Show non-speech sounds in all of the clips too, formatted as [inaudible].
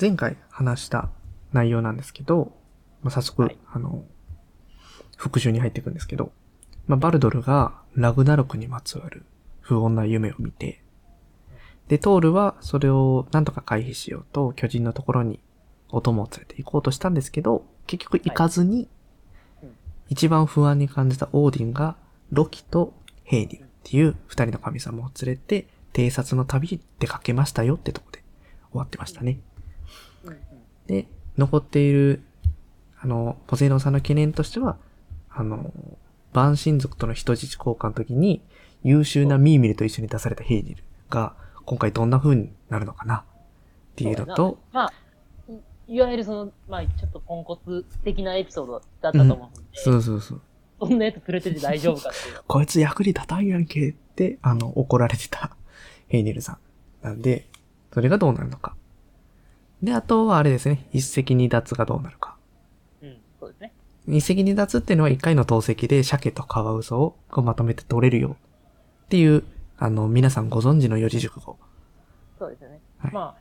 前回話した内容なんですけど、まあ、早速、はいあの、復習に入っていくんですけど、まあ、バルドルがラグナロクにまつわる不穏な夢を見て、で、トールはそれをなんとか回避しようと巨人のところにお供を連れて行こうとしたんですけど、結局行かずに、うん一番不安に感じたオーディンがロキとヘイディっていう二人の神様を連れて偵察の旅に出かけましたよってとこで終わってましたね。うんうんで、残っている、あの、ポセイドンさんの懸念としては、あの、万神族との人質交換の時に、優秀なミーミルと一緒に出されたヘイニルが、今回どんな風になるのかなっていうのと、まあ、いいわゆるその、まあ、ちょっとポンコツ的なエピソードだったと思うんで、そうそうそう。そんなやつ連れてて大丈夫かっていうの。こいつ役に立たんやんけって、あの、怒られてた [laughs] ヘイネルさん。なんで、それがどうなるのか。で、あとはあれですね、一石二脱がどうなるか。 [laughs] うん、そうですね。一石二脱っていうのは一回の投石で鮭とカワウソをこうまとめて取れるよっていう、あの、皆さんご存知の四字熟語。そうですよね。はいまあ、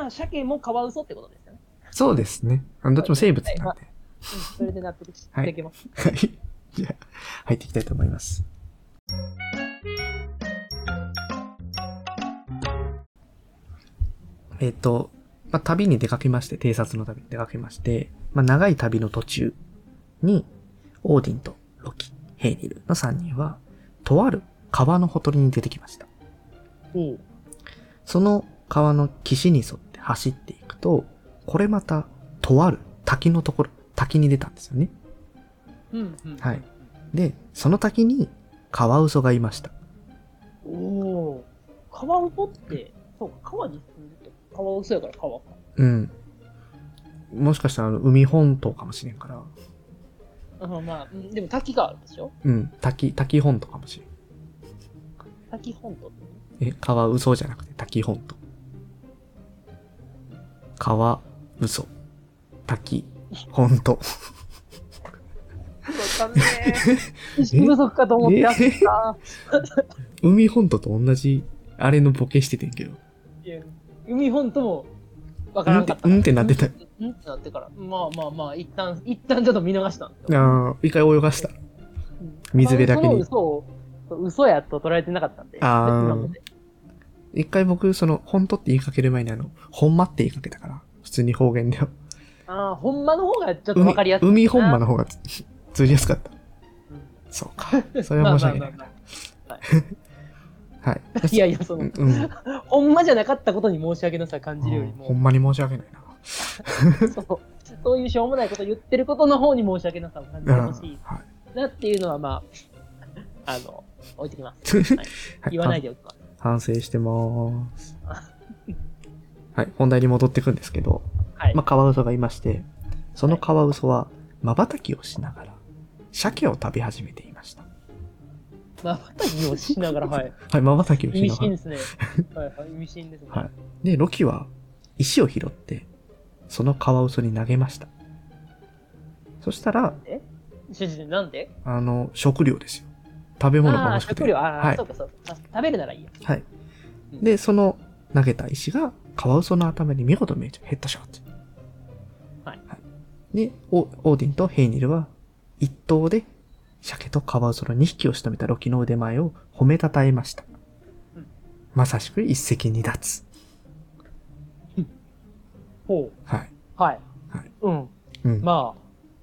まあ、鮭もカワウソってことですよね。そうですね。あのどっちも生物なんで。うん、それで納得しはいできます。はい。じゃあ、入っていきたいと思います。えっ、と、まあ、旅に出かけまして、偵察の旅に出かけまして、まあ、長い旅の途中に、オーディンとロキ、ヘイニルの3人は、とある川のほとりに出てきました。おうその川の岸に沿って走っていくと、これまた、とある滝のところ、滝に出たんですよね。うん、うん。はいで、その滝にカワウソがいました。おおー。カワウソって、そうか、川に住んでて、カワウソやから川か。うん。もしかしたらあの海本島かもしれんから、うん、まあ、うんでも滝があるでしょうん、滝、滝本島かもし滝本島ってね。れん。え、川嘘じゃなくて滝本島。川嘘。滝本島。 [laughs] そうだ [laughs] ね。意識不足かと思ってやった。海本島と同じ、あれのボケしててんけど。いや海本ともわからうんんっかてっ、た。うんってなってた。うんってなってから、まあまあまあ、一旦、一旦ちょっと見逃したんですよ。ああ、一回泳がした。うん水辺だけにその嘘を、そう嘘やと捉えてなかったんで。あー今まで一回僕、その、本当って言いかける前にあの、本間って言いかけたから、普通に方言だよ。あー、ほんまの方がちょっとわ海かりやすい。海本間の方がつ通じやすかった。うん。そうか。それは申し訳ない。まあまあまあはい。ま [laughs] あいやいや、その、うん。ほんまじゃなかったことに申し訳なさ感じるよりほも、んまに申し訳ないな。そうそういうしょうもないこと言ってることの方に申し訳なさを感じてほしいはなっていうのは、まあ、あの、置いてきます。い。言わないで。でおきます。反省して [laughs] ます。はい。本題に戻っていくんですけど、はい。まあ、カワウソがいまして、そのカワウソは、瞬きをしながら、鮭を食べ始めていました。まばたきをしながら、はい。 [laughs] はい。瞬きを意し味なが深らで。すね。はいはい、意味深ですね。はいで、ロキは、石を拾って、そのカワウソに投げました。そしたら、え主人なんであの、食料ですよ。食べ物がああー、欲しくて。食料、ああ、はいそうかそうか。あ食べるならいいや。はい。うんで、その投げた石がカワウソの頭に見事命中、ヘッドショット。はい。でオ、オーディンとヘイニルは一頭で鮭とカワウソの2匹を仕留めたロキの腕前を褒めたたえました。うんまさしく一石二奪。ほう。はい。はい。はいうん。うん。ま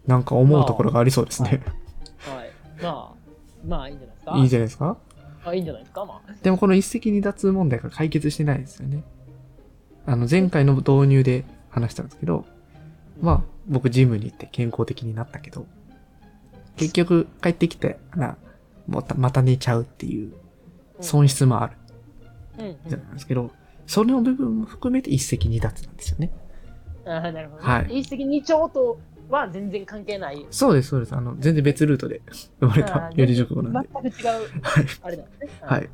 なんか思うところがありそうですね。あ、はい。まあ、まあ、いいんじゃないですか。 [laughs] い、いじゃないですかあいいんじゃないですか。まあ。でもこの一石二奪問題が解決してないですよね。あの、前回の導入で話したんですけど、まあ、僕ジムに行って健康的になったけど、結局帰ってきてら、また、また寝ちゃうっていううん損。失もあるうん。うんじゃないですけど、その部分も含めて一石二奪なんですよね。ああ、なるほど、ね。はい一石二鳥とは全然関係ない。そうです、そうです。あの、全然別ルートで生まれたあー四字熟語なん全で。く違う、はい。あれなんですね。はい。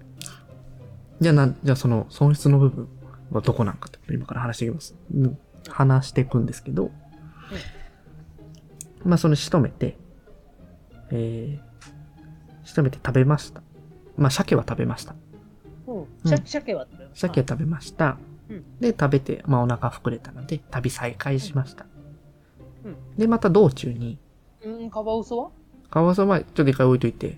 じゃあなん、じゃあその損失の部分はどこなのかってこと今から話していきます。うん話していくんですけど、まあその仕留めて、えー、仕留めて食べました。まあ鮭は食べました。うん。うん鮭、鮭は食べます。鮭は食べました。うんで、食べて、まあお腹膨れたので、旅再開しました。うんで、また道中に、うん、カワウソはカワウソ前、ちょっと一回置いといて、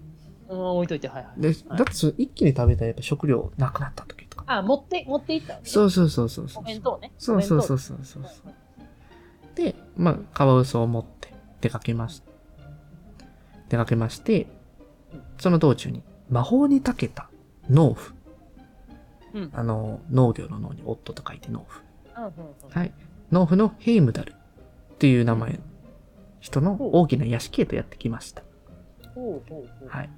うん、置いといて、はいはい。で、だってその一気に食べたらやっぱ食料なくなった時とか。あ、持って、持っていったのねそうそうそうそうそおう。弁当ね。。そうそうそううそうそう。で、まあ、カワウソを持って出かけました。出かけまして、その道中に魔法に長けた農夫。うんあの、農業の農に夫と書いて農夫。うんうんうんはい。農夫のヘイムダルっていう名前の人の大きな屋敷へとやってきました。ほうほうほう。はい。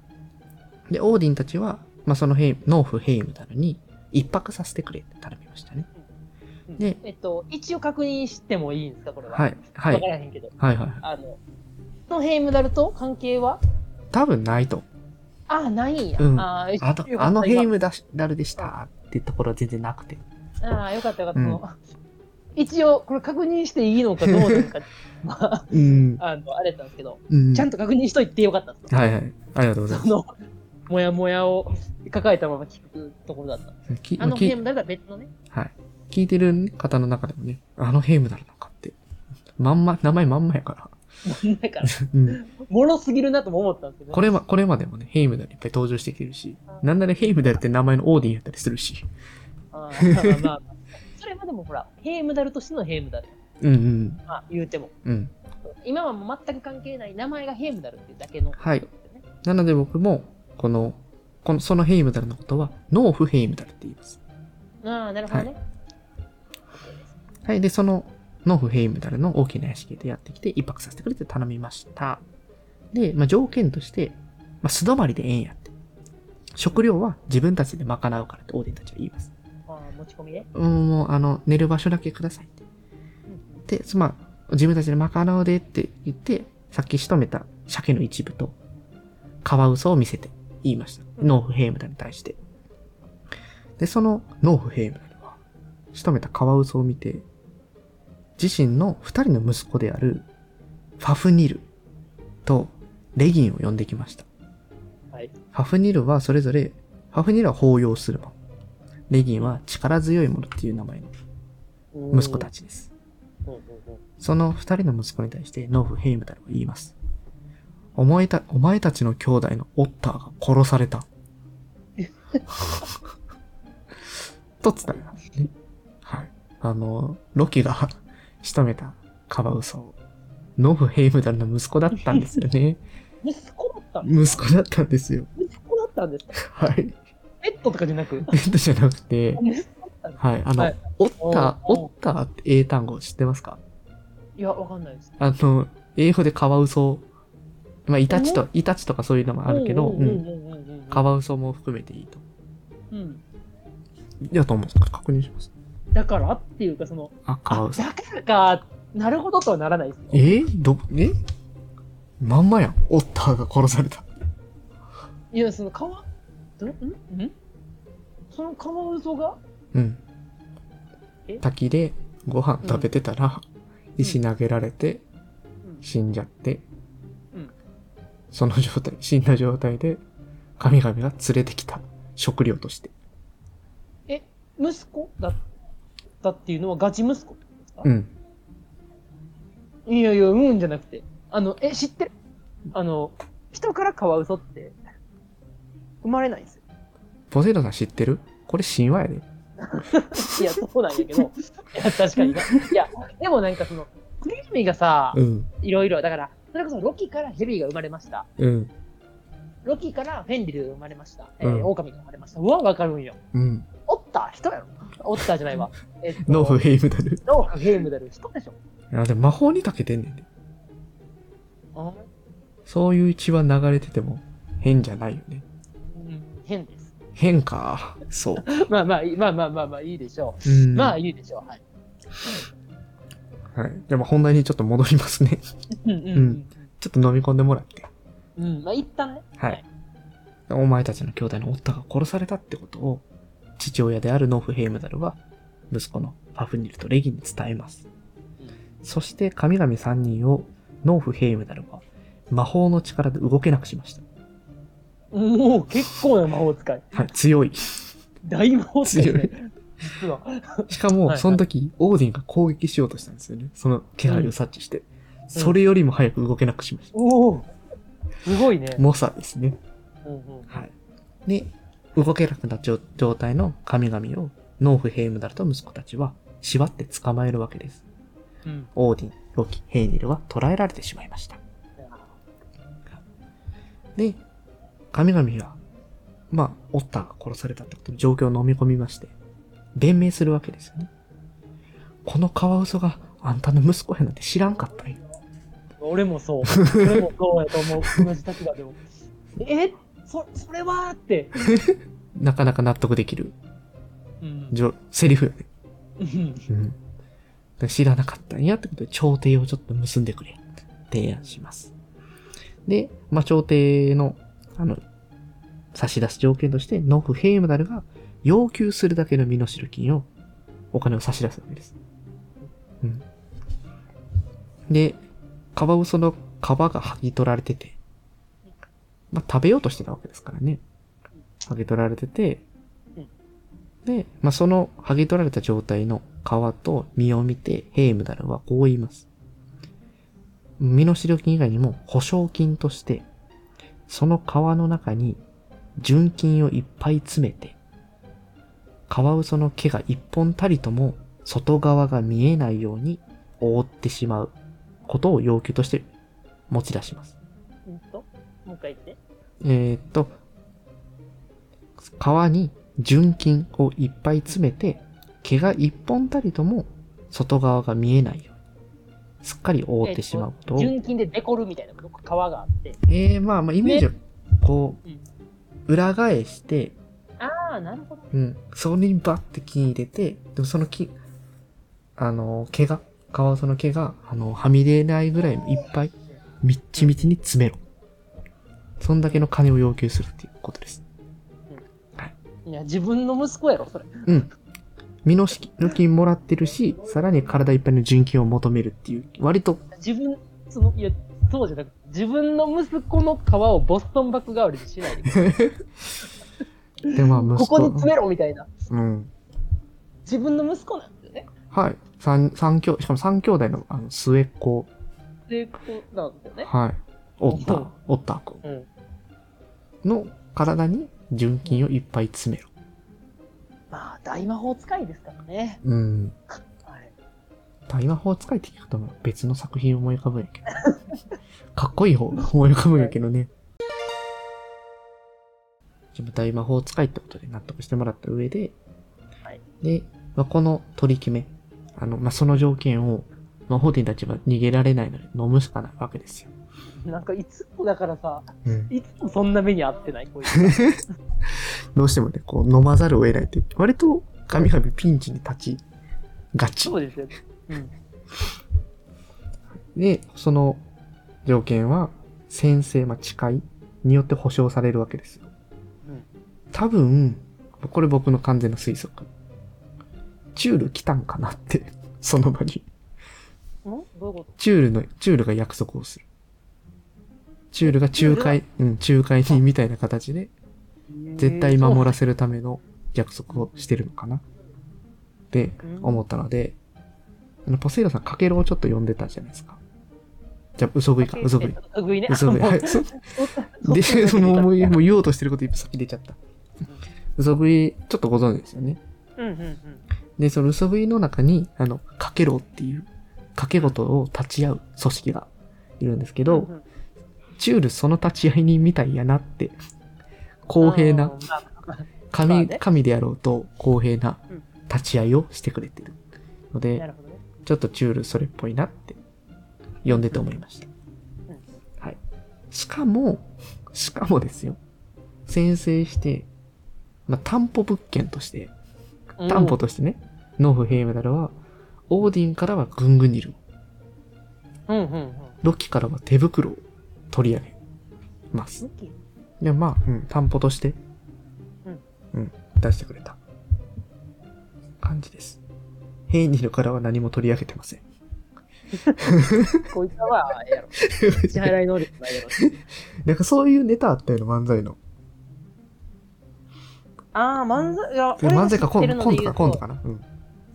で、オーディンたちは、まあ、そのヘイ農夫ヘイムダルに一泊させてくれって頼みましたね。うんでえっと、一応確認してもいいんですか、これは。はい。はわかい。らへんけど。はいはい。あの、そのヘイムダルと関係は多分ないと思うあ、ないんや。うんあーあのあのヘイム。ムダシダルでしたっていうところは全然なくて。ああ、よかったよかった。うんその [laughs] 一応、これ確認していいのかどうなのか、 [laughs] まうん。あ、あの、あれだったんですけど、うんちゃんと。と確認しといてよかったです。はいはい。ありがとうございその、もやもやを抱えたまま聞くところだった。ます。きあのきヘイムダルは別のね。はい。聞いてるね方の中でもね、あのヘイムダルなんかって、まんま、名前まんまやから。だから、うん。もろすぎるなとも思ったんですけど、これま、これまでもね、ヘイムダルいっぱい登場してきてるし、なんならヘイムダルって名前のオーディンやったりするし。あーまあまあまあそれまでもほら、ヘイムダルとしてのヘイムダル。うんうん。まあ、言うても。うん。今はもう全く関係ない名前がヘイムダルっていうだけの。はいね。なので僕も、この、この、そのヘイムダルのことは、ノーフヘイムダルって言います。ああ、なるほどね。はい。で、その、ノーフヘイムダルの大きな屋敷でやってきて、一泊させてくれって頼みました。で、まあ、条件として、まあ、素泊まりでええんやって。食料は自分たちで賄うからってオーディンたちは言います。ああ持ち込みね。うん、もう、あの、寝る場所だけくださいって。うんで、そまあ、自分たちで賄うでって言って、さっき仕留めた鮭の一部と、カワウソを見せて言いました。うんノーフヘイムダルに対して。で、そのノーフヘイムダルは、仕留めたカワウソを見て、自身の二人の息子である、ファフニルとレギンを呼んできました。うんはい。ファフニルはそれぞれ、ファフニルは抱擁するもの。レギンは力強いものっていう名前の息子たち。ちです。うんうんうんその二人の息子に対してノーフ・ヘイムダルは言います。お前た、お前たちの兄弟のオッターが殺された。 [laughs] と伝えますね。はい。あの、ロキが [laughs] 仕留めたカバウソを、ノーフ・ヘイムダルの息子だったんですよ [laughs] ね。息子だったん息子だったんですよ。息子だったんですかはい。 [laughs] ペットとかじゃなく。ペットじゃなくて、息子だったんですはい。あの、はいオッター、おうおオッターって英単語知ってますかいや、わかんないです。あの、英語でカワウソ、まあ、イタチと、イタチとかそういうのもあるけど、うんうんうんうんうんうんうんカワウソも含めていいと。うん。いやと思う。確認します。だからっていうか、その、あ、カワあウソ。だからか、なるほどとはならないですよ。えーど、えまんまやん。オッターが殺された。いや、その川、どんんそのカワウソがうんえ。滝でご飯食べてたら、ん石投げられてうん死んじゃって、うんその状態、死んだ状態で、神々が連れてきた食料として。息子だったっていうのはガチ息子ってことですかうん。いやいや、うんじゃなくて。あの、え、知ってるあの、人からカワウソって、生まれないんですよ。ポセイドンさん知ってるこれ神話やで。いや、そうなん [laughs] やけど。いや、確かにな。いや、でもなんかその、クリーミーがさ、うん。いろいろ、だから、それこそロキからヘビーが生まれました。うん。ロキからフェンリルが生まれました。えうー、ん狼が生まれました。うわ、わかるんよ。うん。おった人やろ。おったじゃな [laughs] いわ。えっとノーフヘイムダル。ノーフヘイムダル人でしょ。あ、でも魔法にかけてんねんで。あそういう血は流れてても変じゃないよね。うん、変です。変か。そう。まあまあ、いいまあまあまあまあ、いいでしょうんう。まあ、いいでしょう。はい。はい。じゃあまあ本題にちょっと戻りますね。 [laughs] うんうんちょっと飲み込んでもらって。うん。うん、まあ、一旦ね。はい。お前たちの兄弟のオッタが殺されたってことを、父親であるノーフヘイムダルは、息子のパフニルとレギに伝えます。そして神々3人を、ノーフヘイムダルは、魔法の力で動けなくしました。もう結構な魔法使い。はい、強い。大魔法使いですね。実は。しかはいはも、いその時、オーディンが攻撃しようとしたんですよね。その気配を察知して。それよりも早く動けなくしましおおすごいねた。。猛者ですね。うんうんはい。で、動けなくなっちゃう状態の神々を、ノーフ・ヘイムダルと息子たちは、縛って捕まえるわけです。うん。オーディン、ロキ、ヘイニルは捕らえられてしまいました。で、神々が、まあ、オッターが殺されたってことに状況を飲み込みまして、弁明するわけですよね。このカワウソがあんたの息子やなんて知らんかったんよ。俺もそう。俺もそうやと思う。同じ立場でも。えそ、それはって。なかなか納得できる、うん。じょセリフよね。うんうん。だから知らなかったんやってことで、調停をちょっと結んでくれ。提案します。で、まあ、調停の、あの、差し出す条件として、ノフ・ヘイムダルが要求するだけの身代金を、お金を差し出すわけです。うん。で、カワウソの皮が剥ぎ取られてて、まあ、食べようとしてたわけですからね。剥ぎ取られてて、で、まあ、その剥ぎ取られた状態の皮と身を見て、ヘイムダルはこう言います。身の代金以外にも保証金として、その皮の中に純金をいっぱい詰めて、カワウソの毛が一本たりとも外側が見えないように覆ってしまうことを要求として持ち出します。うんと、もう一回言って。えーっと、皮に純金をいっぱい詰めて、毛が一本たりとも外側が見えないように、すっかり覆ってしまうことを。純金でデコるみたいなこと皮があって。えー、まあまあ、イメージを、こうんう、裏返して、ああ、なるほど。うん、そこにバッて金入れて、でもその金、あの、毛が、カワウソの毛が、あの、はみ出ないぐらいいっぱい、みっちみちに詰めろ。そんだけの金を要求するっていうことです。いや、自分の息子やろ、それ。うん。身の金もらってるし、さらに体いっぱいの純金を求めるっていう、割と、自分、その、いや、そうじゃなくて、自分の息子の皮をボストンバッグ代わりにしないで。で、まあ、息こ子こに詰めろみたいな。うん。自分の息子なんだよね。はい。三、三兄、しかも三兄弟の、あの、末っ子。成功なんだよね。はい。おっうんた、おったくんうん。の体に純金をいっぱい詰めろ。まあ、大魔法使いですからね。うん。あれ。大魔法使いって聞くと別の作品思い浮かぶんやけど。 [laughs] かっこいい方思い浮かぶんやけどね。じゃあ大魔法使いってことで納得してもらった上で、はいで、まあ、この取り決め、あの、まあ、その条件を、まあ、ホーディンたちは逃げられないので飲むしかないわけですよ。 [laughs] なんかいつもだからさ、うんいつもそんな目に遭ってない、こい [laughs] つ。どうしてもね、こう飲まざるを得ないという、割と神々ピンチに立ちがちそ。うですよ。うん。で、その条件は、先生、まあ、誓いによって保証されるわけですよ。うん多分、これ僕の完全な推測。チュール来たんかなって、 [laughs] その場に。んどういうこチュールの、チュールが約束をする。チュールが仲介、うん、仲介人みたいな形で、と絶対守らせるための約束をしてるのかなって思ったので、あの、ポセイドさん、かけろをちょっと呼んでたじゃないですか。じゃあ、嘘食いか、嘘食い。嘘食いね。嘘食い。 [laughs] はい。そ [laughs] で、もうもう言うもう言おうとしてること一歩先出ちゃった。嘘食い、ちょっとご存知ですよね。うんうんうん。で、その嘘食いの中に、あの、かけろっていう、かけごとを立ち会う組織がいるんですけど、うんうんチュールその立ち会い人みたいやなって、公平な、うんまあまあまあ神、ね神であろうと公平なうん立ち会いをしてくれてるのなで、るほどね。ちょっとチュールそれっぽいなって呼んでて思いました。はい。しかも、しかもですよ。先制して、まあ、担保物件として、うん担保としてね、ノーフ・ヘイムダルは、オーディンからはグングニルを、うんうんうん。ロキからは手袋を取り上げます。で、まあ、うん、担保として、うん、出してくれた感じです。ヘイニルからは何も取り上げてません。こいつは、やろ。支払い能力ないやろ。なんかそういうネタあったような漫才の。ああ、漫才、いや、で漫才か、今俺度、が今度知ってるので言か、うと今度かな。うん。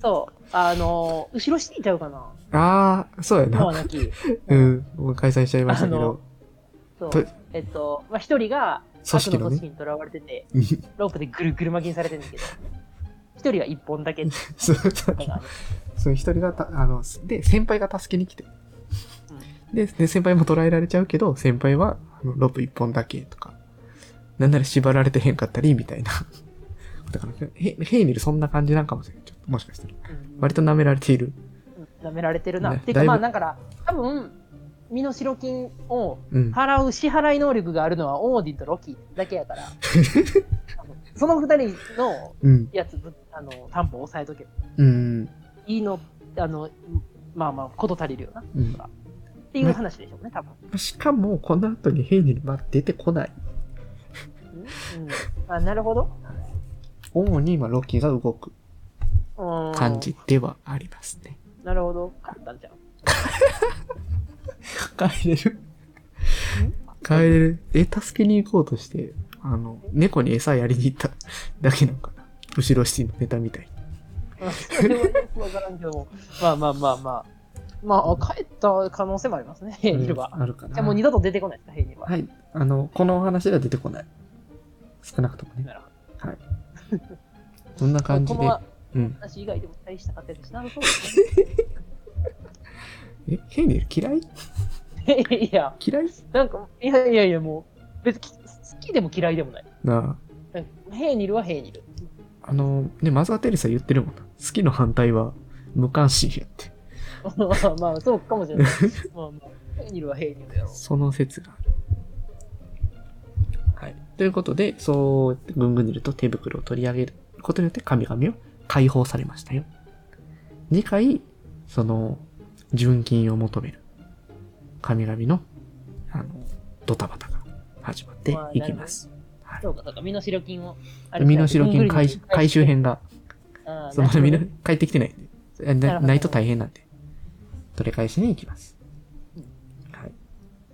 そう。あのー、後ろシティちゃうかな。ああ、そうや今はな。なき。 [laughs] うん。もう開催しちゃいましたけあのど。そうと。えっと、まあ、一人が、組悪織のの組ね。織にとらわれて [laughs] て、うんロープでぐるぐる巻きにされてるんだけど、一人が一本だけっていう [laughs] そう、のがある。そう一人がた、あの、で、先輩が助けに来て。で、で先輩も捕らえられちゃうけど、先輩はあのロープ一本だけとか。なんなら縛られてへんかったり、みたいな。 [laughs] だから、ヘヘイネルそんな感じなんかもしれない。ちょっともしかしたら。うん割と舐められている。うん舐められてるな。ねてだいか、ぶまあ、だから、多分、身の代金をうん。払う支払い能力があるのはオーディンとロキだけや [laughs] から、あのその二人のうん。やつ、あの、担保を押さえとけばうん。いいの、あの、まあまあ、こと足りるよな。っうんていう話でしょうね、多分。しかも、この後にヘイネルは出てこない。うん。あ、なるほど。主に今、ロッキーが動くうん感。じではありますね。なるほど。簡単じゃん。帰れ [laughs] る帰れる。え、助けに行こうとして、あの、猫に餌やりに行った [laughs] だけなのかな。後ろシティのネタみたいに。うんそれはよくわからんけども。まあまあまあまあ。まあ、帰った可能性もありますね、ヘイニルは。うんあるかな。じゃあもう二度と出てこないですか、ヘイニルは。はい。あの、このお話では出てこない。少なくともね。なるほど [laughs] はい。こんな感じこでの。話うん。私以外でも大した活躍しなさそうですえ、ヘイネル嫌いね。いや、嫌いなんか、いやいやいや、もう、別に好きでも嫌いでもない。ななんかヘイニルはヘイニル。あ。あの、ね、マザー・テレサ言ってるもんな。好きの反対は無関心やって。まあまあ、そうかもしれない。まあまあ、ヘイニルはヘイニルやろ。その説がある。はい。ということで、そう、グングニルと手袋を取り上げることによって神々は解放されましたよ。次回、その、純金を求める神々の、あの、ドタバタが始まっていきます。はそうか、そうか、身の代金を。あい。身の代金回回収。編が、あーそのなるほど身の、帰ってきてないんで、なるなほどないと大変なんで、取り返しに行きますうん。はい。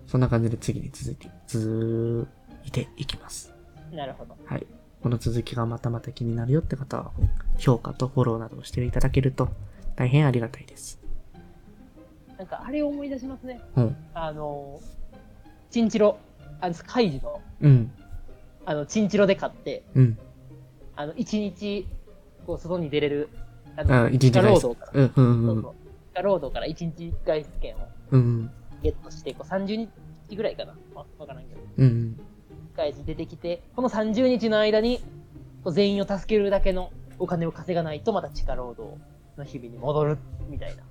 そんな感じで次に続き、続いていきます。なるほど。はい。この続きがまたまた気になるよって方は、評価とフォローなどをしていただけると大変ありがたいです。なんか、あれを思い出しますね。うん。あの、チンチロ、あの、カイジの、うん。あの、チンチロで買って、うん。あの、一日、こう、外に出れる、ああ、一日地下外労出働から、うん。うん。うそうんそう地下労働から一日外出券をうん。ゲットして、こう、30日ぐらいかな。わ、わからんけど。うん。外出出てきて、この30日の間に、こう全員を助けるだけのお金を稼がないと、また地下労働の日々に戻る、みたいな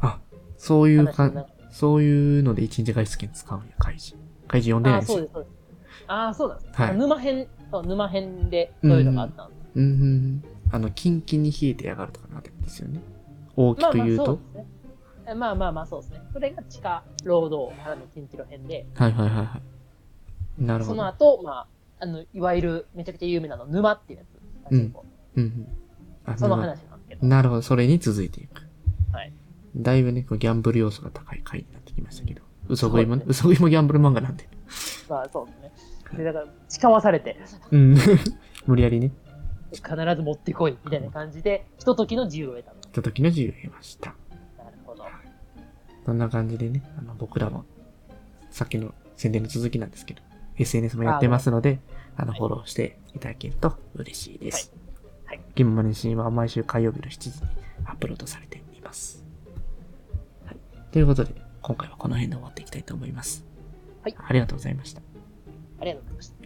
あ、そういう話かになる。そういうので一日外出券使うんや、開示。開示読んであないあ、ですそうよ。です、そうです。ああ、そうなんです。はい沼編、そう沼編で、そういうのがあったんです。うんうんうん。あの、キンキンに冷えてやがるとかなってんですよね。大きまあくまあ、言うそうとで。すね。えまあまあまあ、そうですね。それが地下労働からの近畿路編で、はいはいはいはい。なるそほのど。後、まあ、あの、いわゆるめちゃくちゃ有名なの、沼っていうやつ。うんうんうん。あそのなる話なんですけほどど。なるほど。それに続いていく。はい。だいぶね、こうギャンブル要素が高い回になってきましたけど。嘘食いもね、そう嘘食いもギャンブル漫画なんで。まあ、そうですね。で、だから、誓わされて、 [laughs] うん。無理やりね、必ず持ってこい、みたいな感じで、ひとときの自由を得たの。行った時の自由を得ました。なるほど。そんな感じでね、あの、僕らも、さっきの宣伝の続きなんですけど、SNS もやってますので、あの、はいフォローしていただけると嬉しいです。はいはい。ギムマネシンは毎週火曜日の7時にアップロードされています。はい。ということで、今回はこの辺で終わっていきたいと思います。はいありがとうございました。ありがとうございました。